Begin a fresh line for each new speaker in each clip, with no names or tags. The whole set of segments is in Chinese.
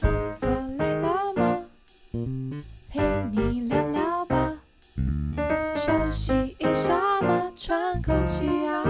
坐累了吗？陪你聊聊吧，休息一下嘛，喘口气啊。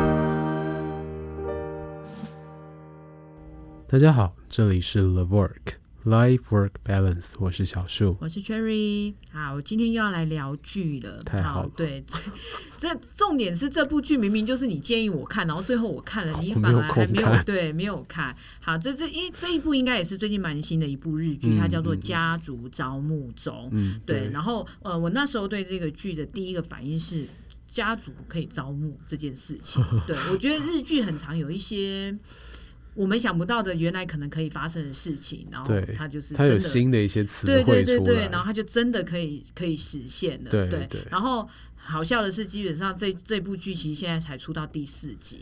大家好，这里是 The Work Life Work Balance，我是小树。
我是 Cherry，好，今天又要来聊剧了。
太好了
对， 这这重点是这部剧明明就是你建议我看，然后最后我看 了，你
我没
反
有
而还
空
没有
看
对没有看。好，这这因这一部应该也是最近蛮新的一部日剧，它
嗯
叫做
嗯
《家族招募中》。
嗯，
对，然后呃，我那时候对这个剧的第一个反应是。家族可以招募这件 事情，对我觉得日剧很常有一些我们想不到的，原来可能可以发生的事情，然后
对
它就是
它
真
有
的
新的一些词
对
汇
对
出
对
来，
对，然后它就真的可以可以实现了。
对
对
对
然后好笑的是，基本上这这部剧其实现在才出到第四集，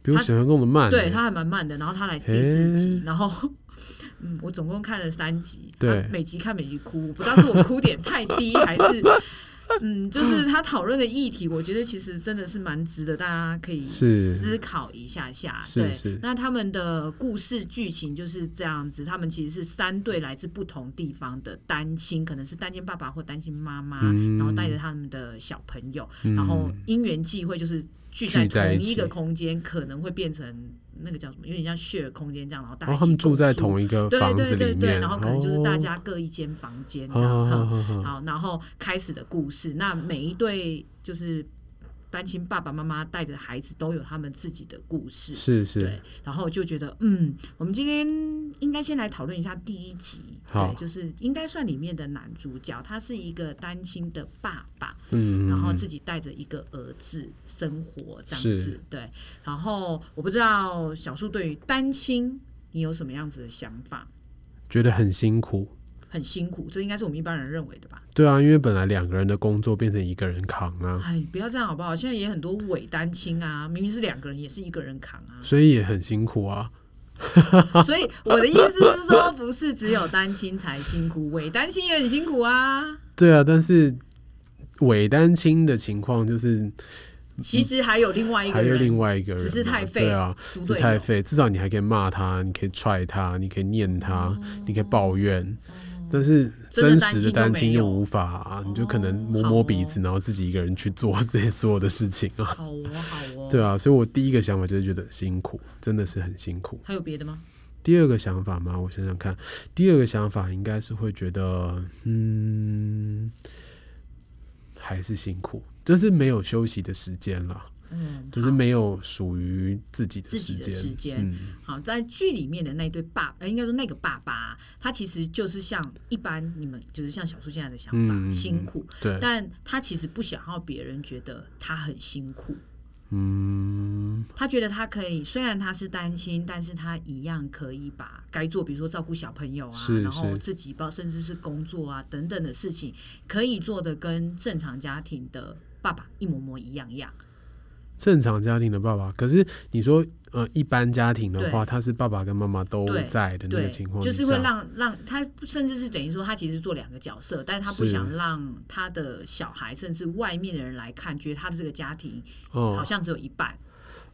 比我
它
想象中的慢欸。
对，它还蛮慢的。然后它来第四集
诶，
然后 嗯，我总共看了三集，
对
啊每集看每集哭，我不知道是我哭点太低还是。 嗯，就是他讨论的议题，我觉得其实真的是蛮值得大家可以
是
思考一下下。
是
对
是，
那他们的故事剧情就是这样子，他们其实是三对来自不同地方的单亲，可能是单亲爸爸或单亲妈妈，
嗯
然后带着他们的小朋友，
嗯
然后因缘际会就是聚
聚
在
在一
同一个
起
空间，可能会变成那个叫什么，有点像 share 空间这样，然后大
然
家一
后他
起
们住在
共
同一个
对
房
对
子
对
里
对，
面，
然后可能就是大家
哦
各一间房间这
好
样。
好
哼
好好好
好，然后开始的故事。那每一对就是单亲爸爸妈妈带着孩子都有他们自己的故事，
是
对
是，。
然后就觉得，嗯，我们今天应该先来讨论一下第一集，
好
对，就是应该算里面的男主角，他是一个单亲的爸爸，
嗯，
然后
嗯
自己带着一个儿子生活这样
是
子，对。然后我不知道小树对于单亲你有什么样子的想法？
觉得很辛苦。
很辛苦，这应该是我们一般人认为的吧？
对啊，因为本来两个人的工作变成一个人扛啊，
哎，不要这样好不好？现在也很多伪单亲啊，明明是两个人，也是一个人扛 啊。
所以也很辛苦啊。
所以我的意思是说，不是只有单亲才辛苦，伪单亲也很辛苦啊。
对啊，但是伪单亲的情况就是
其实还有另外一个
还有
人，
另外一个人嘛，
只是太废
对啊，
猪
是
队
太
友。
废，至少你还可以骂他，你可以踹他，你可以念他，你可以抱怨。但是真
嗯真的
实的单
单亲
亲
就没
又
有
无法、啊，你就可能
哦
摸
好
摸
哦
鼻子，然后自己一个人去做 这些所有的事情啊。
好哦，好哦。
对啊，所以我第一个想法就是觉得辛苦，真的是很辛苦。
还有别的吗？
第二个想法嘛，我想想看，第二个想法应该是会觉得，嗯，还是辛苦，就是没有休息的时间了，
嗯，
就是
好
没有属于自己的
自
时
己的
间。
时间
嗯，
好，在剧里面的那一对爸，呃，应该说那个爸爸，他其实就是像一般你们，就是像小树现在的想法，
嗯
辛苦，
对，
但他其实不想要别人觉得他很辛苦，
嗯，
他觉得他可以，虽然他是单亲，但是他一样可以把该做，比如说照顾小朋友啊，
是
然后
是
自己包，甚至是工作啊等等的事情，可以做的跟正常家庭的爸爸一模模一样样。
正常家庭的爸爸，可是你说，呃，一般家庭的话，他是爸爸跟妈妈都
对
在的那
对
个情，况
就
之下，
是会让让他，甚至是等于说他其实做两个角色，但是他不
是
想让他的小孩，甚至外面的人来看，觉得他的这个家庭好
哦
像只有一半。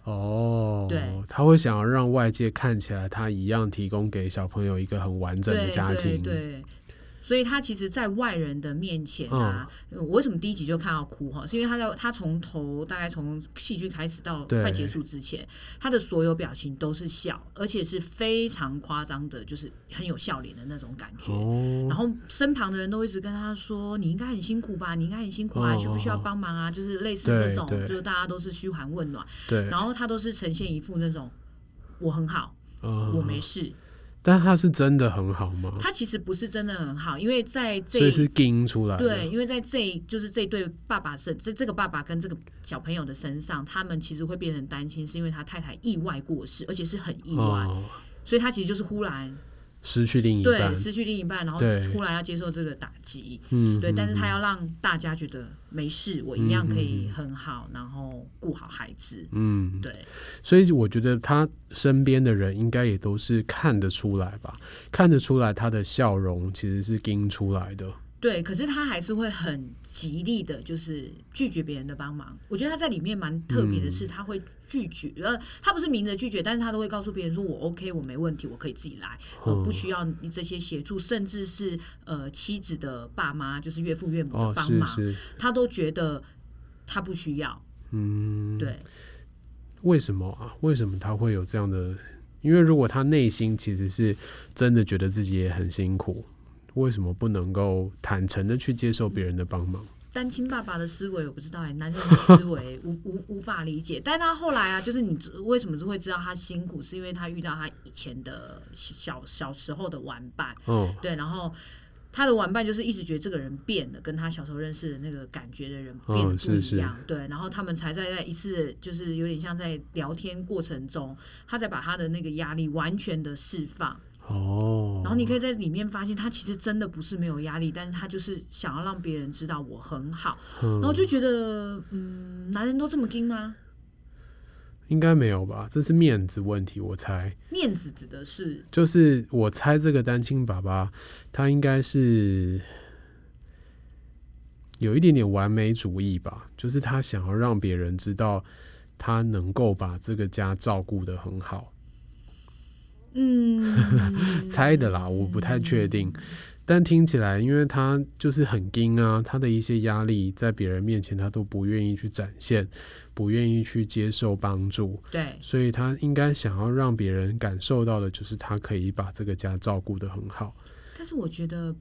哦，
对，
他会想要让外界看起来他一样提供给小朋友一个很完整的
对
家庭，
对对所以他其实，在外人的面前
哦
啊，呃我为什么第一集就看到哭哈？是因为他在他从头大概从戏剧开始到
对
快结束之前，他的所有表情都是笑，而且是非常夸张的，就是很有笑脸的那种感觉。
哦，
然后身旁的人都一直跟他说：“你应该很辛苦吧？你应该很辛苦啊，
哦
需不需要
哦哦
帮忙啊？”就是类似
对
这种，
对
就是大家都是嘘寒问暖，
对，
然后他都是呈现一副那种我很好，我
我
没事，
嗯哦但他是真的很好吗？
他其实不是真的很好，因为在这
哦所以是盯出来的，
对，因为在这就是这对爸爸身这这个爸爸跟这个小朋友的身上，他们其实会变成单亲，是因为他太太意外过世，而且是很意外，
哦，
所以他其实就是忽然
失去另一
对
半，
失去另一半，然后
对
忽然要接受这个打击，
嗯，
对，但是他
要
要让大家觉得没事，我一样可以很好，然后顾好孩子，
嗯，
对，
所以我觉得他身边的人应该也都是看得出来吧，看得出来他的笑容其实是盯出来的，
对，可是他还是会很极力的，就是拒绝别人的帮忙。我觉得他在里面蛮特别的是，
嗯
他会拒绝，呃，他不是明着拒绝，但是他都会告诉别人说：“我 OK，我没问题，我可以自己来，呃，
哦
不需要你这些协助，甚至是呃妻子的爸妈，就是岳父岳母的
哦，
帮
是
忙，
是，
他都觉得他不需要。”
嗯，
对，
为什么啊？为什么他会有这样的？因为如果他内心其实是真的觉得自己也很辛苦，为什么不能够坦诚的去接受别人的帮忙？
单亲爸爸的思维我不知道哎、男人的思维 无无无法理解。但他后来啊，就是你知为什么会知道他辛苦，是因为他遇到他以前的小小时候的玩伴，
哦，
对，然后他的玩伴就是一直觉得这个人变了，跟他小时候认识的那个感觉的人变得
哦
不
是是
一样，对，然后他们才在在一次就是有点像在聊天过程中，他才把他的那个压力完全的释放。
哦，
然后你可以在里面发现，他其实真的不是没有压力，但是他就是想要让别人知道我很好。然后我就觉得，嗯，男人都这么硬吗？
应该没有吧？这是面子问题，我猜。
面子指的是
就是我猜这个单亲爸爸，他应该是有一点点完美主义吧，就是他想要让别人知道他能够把这个家照顾得很好，
嗯
猜的啦，我不太确定。但听起来，因为他就是很硬啊，他的一些压力在别人面前他都不愿意去展现，不愿意去接受帮助，
对
所以他应该想要让别人感受到的就是他可以把这个家照顾得很好。
但是我觉得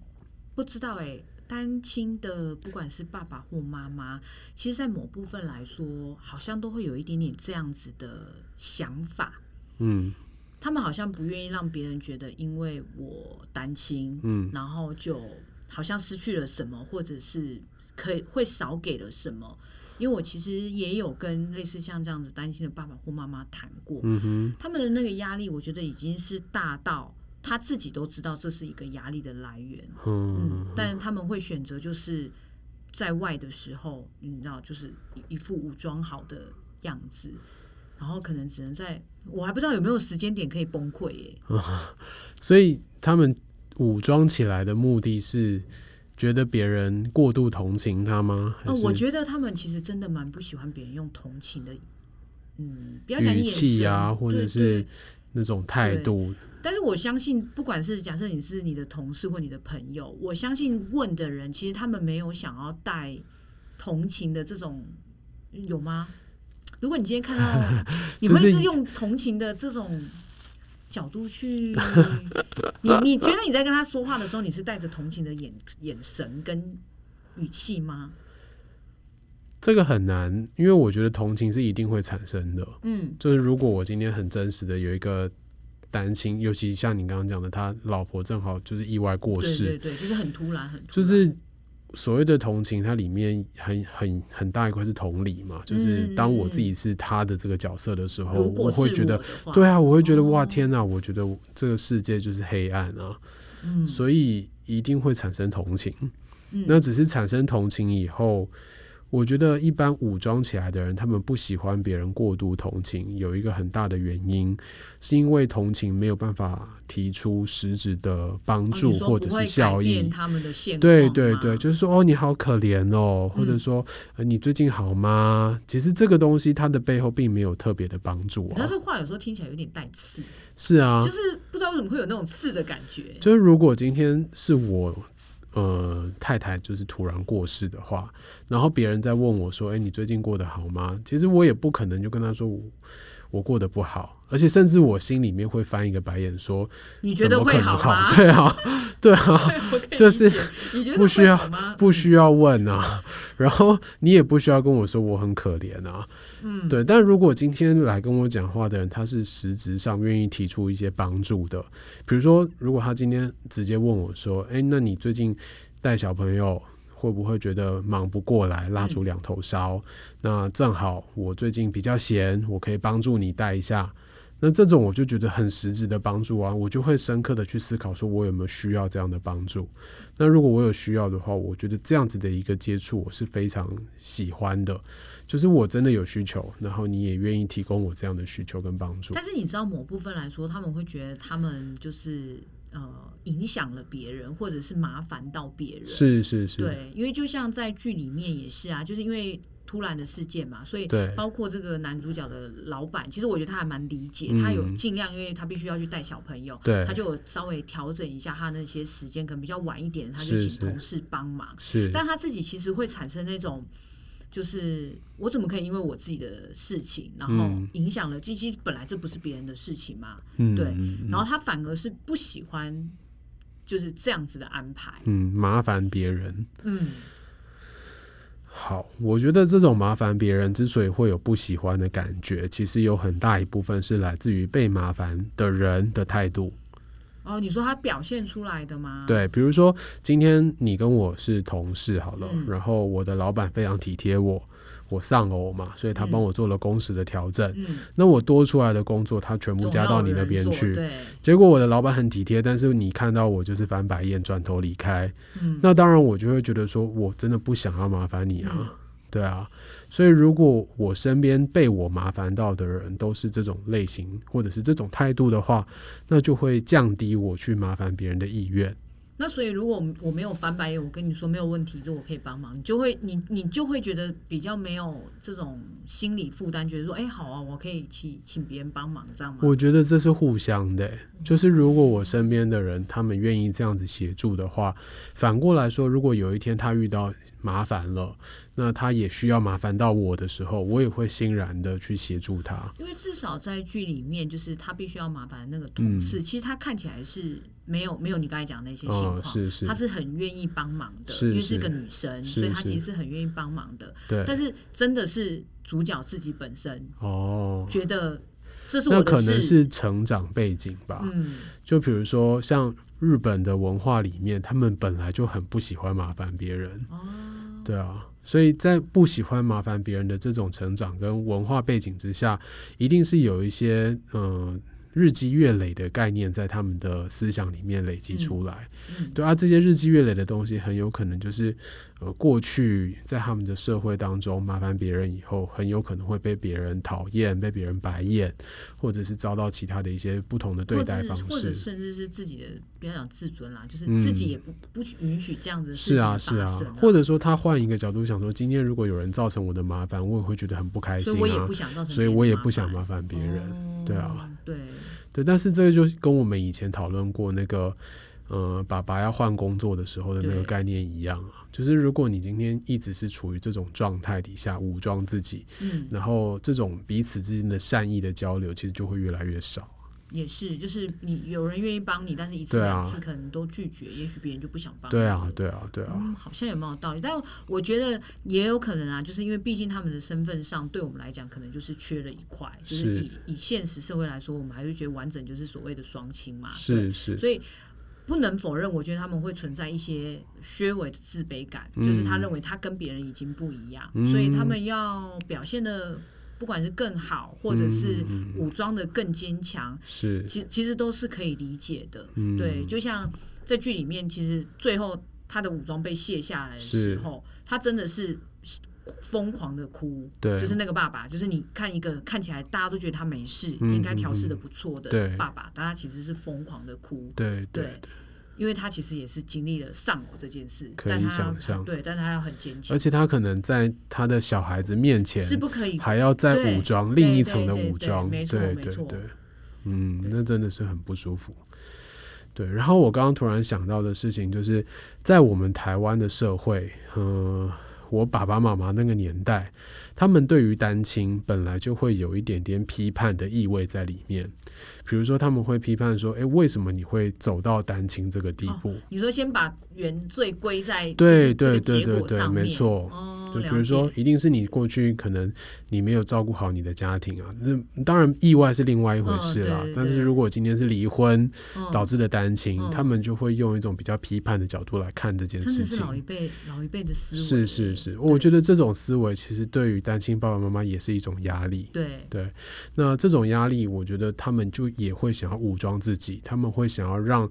不知道哎、单亲的不管是爸爸或妈妈，其实，在某部分来说，好像都会有一点点这样子的想法。
嗯
他们好像不愿意让别人觉得，因为我单亲，
嗯。
然后就好像失去了什么，或者是可以会少给了什么。因为我其实也有跟类似像这样子担心的爸爸或妈妈谈过，
嗯哼，
他们的那个压力，我觉得已经是大到他自己都知道这是一个压力的来源。
嗯
嗯，但他们会选择就是在外的时候，你知道，就是一一副武装好的样子，然后可能只能在我还不知道有没有时间点可以崩溃耶、
所以他们武装起来的目的是觉得别人过度同情他吗？还
哦，
是
我觉得他们其实真的蛮不喜欢别人用同情的，嗯，不要讲
语
眼
气
神
啊，或
对
者是
对
那种态度，
但是我相信，不管是假设你是你的同事或你的朋友，我相信问的人其实他们没有想要带同情的这种，有吗？如果你今天 看到，你
就
会
是
是用同情的这种角度去， 你你觉得你在跟他说话的时候，你是带着同情的眼眼神跟语气吗？
这个很难，因为我觉得同情是一定会产生的。
嗯，
就是如果我今天很真实的有一个担心，尤其像你刚刚讲的，他老婆正好就是意外过
对
世，
对对，就是很突然，很
就
突然
是所谓的同情，它里面很很很大一块是同理嘛，就是当我自己是他的这个角色的时候，
嗯如果
我
是
会觉得
我的话
对啊，我会觉得哇
哦
天哪、我觉得这个世界就是黑暗啊，
嗯
所以一定会产生同情。
嗯
那只是产生同情以后，我觉得一般武装起来的人，他们不喜欢别人过度同情，有一个很大的原因，是因为同情没有办法提出实质的帮
哦
助
你说
或
不
者是
会改
效益。
变他们的现况
对对
吗
对，就是说哦，你好可怜哦，或者
嗯
说、呃、你最近好吗？其实这个东西它的背后并没有特别的帮助
他
啊。
这话有时候听起来有点带刺，
是啊，
就是不知道为什么会有那种刺的感觉。
就是如果今天是我呃太太就是突然过世的话，然后别人在问我说：“哎、你最近过得好吗？”其实我也不可能就跟他说我我过得不好，而且甚至我心里面会翻一个白眼说：“
你觉
怎
得
么可
会
能
好
好
吗？
对啊，对啊。”
我可以理
就是
解你觉得
不
会
需要
好吗？
不需要问啊， 然后你也不需要跟我说我很可怜啊，嗯，对。但如果今天来跟我讲话的人，他是实质上愿意提出一些帮助的，比如说，如果他今天直接问我说：“哎，那你最近带小朋友会不会觉得忙不过来，蜡烛两头烧？”那正好我最近比较闲，我可以帮助你带一下。那这种我就觉得很实质的帮助啊，我就会深刻的去思考，说我有没有需要这样的帮助。那如果我有需要的话，我觉得这样子的一个接触我是非常喜欢的，就是我真的有需求，然后你也愿意提供我这样的需求跟帮助。
但是你知道，某部分来说，他们会觉得他们就是呃影响了别人，或者是麻烦到别人。
是是是，
对，因为就像在剧里面也是啊，就是因为突然的事件嘛，所以
对
包括这个男主角的老板，其实我觉得他还蛮理解，
嗯
他有尽量，因为他必须要去带小朋友，
对
他就有稍微调整一下他那些时间，可能比较晚一点，他就是请
是
同事帮忙。
是，
但他自己其实会产生那种，就是我怎么可以因为我自己的事情，然后
嗯
影响了，其实本来这不是别人的事情嘛，
嗯
对
嗯
然后他反而是不喜欢就是这样子的安排，
嗯，麻烦别人。
嗯，
好，我觉得这种麻烦别人之所以会有不喜欢的感觉，其实有很大一部分是来自于被麻烦的人的态度。
哦，你说他表现出来的吗？，
对，比如说今天你跟我是同事好了，
嗯
然后我的老板非常体贴我，我上偶嘛，所以他帮
嗯
我做了工时的调整。
嗯，
那我多出来的工作，他全部
总
加
要
到
有
你那
人
边
做
去。
对，
结果我的老板很体贴，但是你看到我就是翻白眼，转头离开。
嗯，
那当然，我就会觉得说，我真的不想要麻烦你啊。
嗯
对啊，所以如果我身边被我麻烦到的人都是这种类型或者是这种态度的话，那就会降低我去麻烦别人的意愿。
那所以如果我没有翻白眼，我跟你说没有问题，这我可以帮忙，你就会你你就会觉得比较没有这种心理负担，觉得说，哎，好啊，我可以请请别人帮忙，这样吗？
我觉得这是互相的欸、就是如果我身边的人他们愿意这样子协助的话，反过来说，如果有一天他遇到麻烦了，那他也需要麻烦到我的时候，我也会欣然的去协助他。
因为至少在剧里面，就是他必须要麻烦那个同事，其实他看起来是没有没有你刚才讲的那些情况，
嗯，是是
他，是很愿意帮忙的，
是
因为
是
是个女生，
是
所以他
是
其实是很愿意帮忙的。
对，
但是真的是主角自己本身
哦，
觉得这是
那
我的
可
事，
能是成长背景吧。
嗯，
就比如说像日本的文化里面，他们本来就很不喜欢麻烦别人，
哦，
对啊，所以在不喜欢麻烦别人的这种成长跟文化背景之下，一定是有一些嗯、呃日积月累的概念在他们的思想里面累积出来。
嗯
对啊，这些日积月累的东西，很有可能就是呃过去在他们的社会当中麻烦别人以后，很有可能会被别人讨厌、被别人白眼，或者是遭到其他的一些不同的对
或
待
者
方
是
式。
或者甚至是自己的，不要讲自尊啦，就是
嗯
自己也不、不许允许这样子的事
是
情
啊，
发
是
生、
啊，或者说他换一个角度想说，今天如果有人造成我的麻烦，我也会觉得很不开心
所以我也
啊
不，想造成，
所以我也不想麻烦别人。
哦
对啊，
对，
对，但是这个就跟我们以前讨论过那个，呃，爸爸要换工作的时候的那个
对
概念一样啊，就是如果你今天一直是处于这种状态底下武装自己，
嗯，
然后这种彼此之间的善意的交流，其实就会越来越少。
也是，就是你有人愿意帮你，但是一次
对啊
两次可能都拒绝，也许别人就不想帮你
对啊
了，
对啊，对啊，
嗯，好像也蛮有道理，但我觉得也有可能啊，就是因为毕竟他们的身份上，对我们来讲，可能就是缺了一块，就是
是
以以现实社会来说，我们还是觉得完整就是所谓的双亲嘛，
是是
对，，所以不能否认，我觉得他们会存在一些削微的自卑感，
嗯
就是他认为他跟别人已经不一样，所以他们要表现的不管是更好，或者是
嗯
武装的更坚强，
是
其其实都是可以理解的。
嗯
对，就像在剧里面，其实最后他的武装被卸下来的时候，他真的是疯狂的哭。
对
就是那个爸爸，就是你看一个看起来大家都觉得他没事，
嗯
应该调试的不错的
对
爸爸，但他其实是疯狂的哭。
对
对，
对，
因为他其实也是经历了丧偶这件事，
可以
但他
想象
对，但他要很坚强
而，且他可能在他的小孩子面前
是不可以
还要再
对
武装
对
另一
对
层的
对
武
对
装，
没错
对
没
对
错
对，嗯，那真的是很不舒服。对，然后我刚刚突然想到的事情，就是在我们台湾的社会，嗯、我爸爸妈妈那个年代，他们对于单亲本来就会有一点点批判的意味在里面，比如说他们会批判说，诶，为什么你会走到单亲这个地
哦
步？
你说先把原罪归在
对
就
对
是这个结
对
果
对对
上
没
面
错
哦，
就比
了
如
解
说，一定是你过去可能你没有照顾好你的家庭啊，那当然意外是另外一回
嗯
事
对
啦。
对
但是
对
如果今天是离婚
嗯
导致的单亲，
嗯
他们就会用一种比较批判的角度来看这件
真
事
的是老一
情。
辈老一辈的思维，
是是是，我觉得这种思维其实对于单亲爸爸妈妈也是一种压力。
对，
对，那这种压力，我觉得他们就也会想要武装自己，他们会想要让，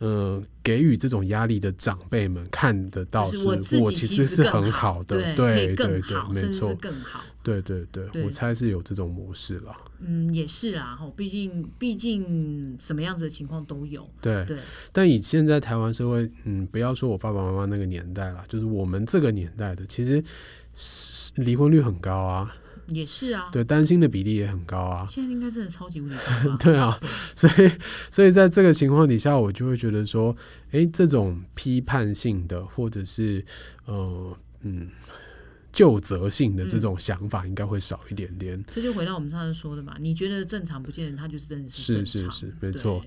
嗯、给予这种压力的长辈们看得到，
就是是我自
我
己
其
其
实
实
是
更
很
好
的，
可
对
以
对
更
对
好，，
没
甚至是
错，
更好。
对对对，
对
我猜是有这种模式了。
嗯，也是啦，吼，毕竟毕竟什么样子的情况都有。
对，
对，
但以现在台湾社会，嗯，不要说我爸爸妈妈那个年代啦，就是我们这个年代的，其实是离婚率很高啊，
也是啊。
对，单薪的比例也很高啊，
现在应该真的超级无敌多吧
对啊，所以所以在这个情况底下，我就会觉得说，诶，这种批判性的或者是呃嗯就责性的这种想法，应该会少一点点。
这就回到我们上次说的嘛，你觉得正常不见得，他就是真的正
是
常。
是是，没错。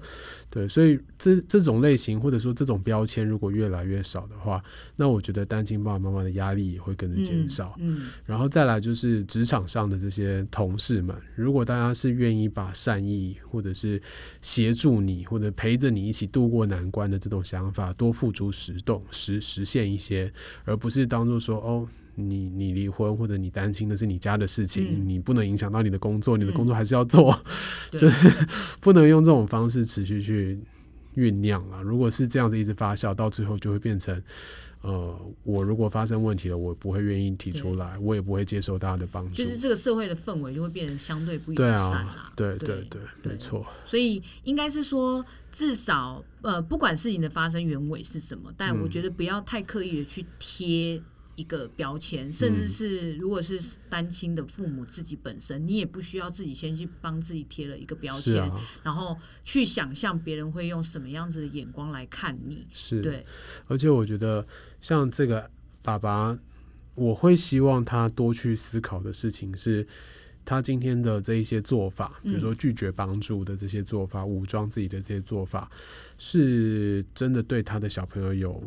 对，所以这这种类型或者说这种标签，如果越来越少的话，那我觉得单亲爸爸妈妈的压力也会跟着
对，
减少。
嗯。嗯，
然后再来就是职场上的这些同事们，如果大家是愿意把善意或者是协助你或者陪着你一起度过难关的这种想法，多付诸实动实实现一些，而不是当做说哦。你你离婚或者你担心的是你家的事情，
嗯
你不能影响到你的工作，你的
嗯
工作还是要做，
对
就不能用这种方式持续去酝酿了。如果是这样子一直发酵，到最后就会变成，呃，我如果发生问题了，我不会愿意提出来，我也不会接受大家的帮助。
就是这个社会的氛围就会变得相对不友
对
善
啊
啦，。
对
对
对，
对
没错，
所以应该是说，至少呃，不管事情的发生原委是什么，但
嗯
我觉得不要太刻意的去贴一个标签，甚
嗯
至是如果是单亲的父母自己本身，你也不需要自己先去帮自己贴了一个标
是
签，
啊，
然后去想象别人会用什么样子的眼光来看你。
是。
对，
而且我觉得像这个爸爸，我会希望他多去思考的事情是。他今天的这一些做法，比如说
嗯
拒绝帮助的这些做法，武装自己的这些做法，是真的对他的小朋友有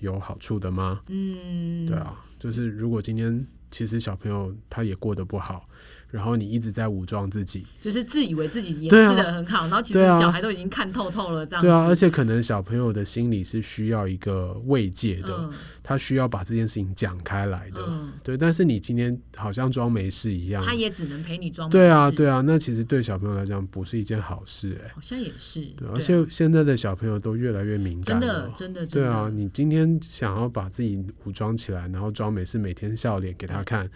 有好处的吗？
嗯，
对，啊，就是如果今天其实小朋友他也过得不好，然后你一直在武装自己，
就是自以为自己掩
对啊
饰的很好，然后其实
对啊
小孩都已经看透透了，这样子。
对啊，而且可能小朋友的心理是需要一个慰藉的，
嗯
他需要把这件事情讲开来的。
嗯，
对，但是你今天好像装没事一样。
他也只能陪你装。
对啊，对
啊，
啊，那其实对小朋友来讲不是一件好事哎、
好像也是。
对，
对啊
而且现在的小朋友都越来越敏感
真
了
的，。真的，真
对
的
啊，你今天想要把自己武装起来，然后装没事，每天笑脸给他看，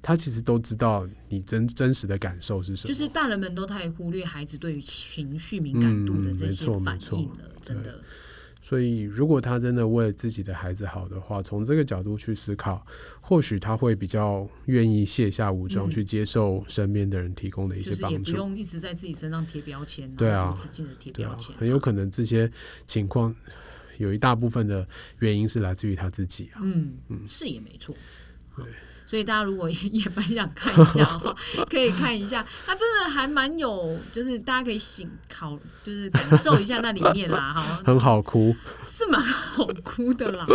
他其实都知道你真真实的感受是什么。
就是大人们都太忽略孩子对于情绪敏感度的
嗯
这些
没错
反
没错
应了，真的，
所以，如果他真的为自己的孩子好的话，从这个角度去思考，或许他会比较愿意卸下武装，
嗯
去接受身边的人提供的一
就
些
是也
帮
不
助。
用一直在自己身上贴标签，
对啊
然后无止境的贴
对
标
啊
签，，
很有可能这些情况有一大部分的原因是来自于他自己啊。
嗯，是也没错。好所以大家如果也 也蛮想看一下的话，可以看一下，它真的还蛮有，就是大家可以醒考，就是感受一下那里面啦，好，
很好哭，
是蛮好哭的啦。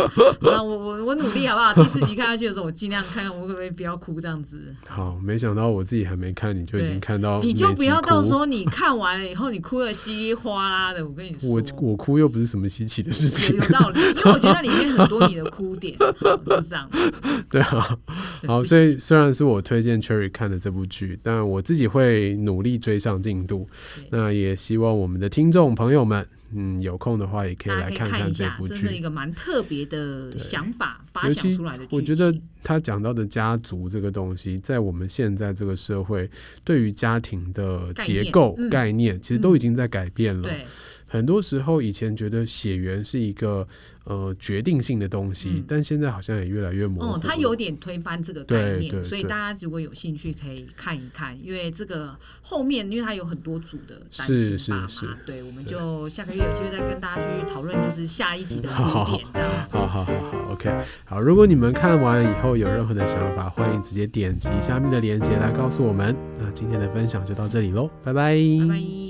啊，我我我努力好不好？第四集看下去的时候，我尽量看看我可不可以不要哭这样子。
好，没想到我自己还没看，你就已
对
经看到，
你就不要到时。候你看完了以后你哭的稀里哗啦的，我跟你说，
我我哭又不是什么稀奇的事情
有有，道理，因为我觉得那里面很多你的哭点，好就是这样。
对啊。
对
好，
不
所
行
以虽然是我推荐 Cherry 看的这部剧，但我自己会努力追上进度。那也希望我们的听众朋友们，嗯，有空的话也可以
大家
来
可以
看
一
这
下，
部
这是一
剧。
个蛮特别的
对
想法发
尤
想
其
出来的剧情。
我觉得他讲到的家族这个东西，在我们现在这个社会，对于家庭的
概
结
念
构
嗯
概念，其实都已经在改变了。
对，
很多时候以前觉得血缘是一个呃决定性的东西，
嗯
但现在好像也越来越模糊了。
嗯，他有点推翻这个概
对
念，
对
所以
对
大家如果有兴趣可以看一看，因为这个后面因为它有很多组的单
是
亲
是
爸
是
妈，对，我们
对
就下个月有机会再跟大家去讨论，就是下一集的
好
哭点这样子。
好好好好，OK，好。如果你们看完以后有任何的想法，欢迎直接点击下面的链接来告诉我们。那今天的分享就到这里喽，拜拜
拜拜。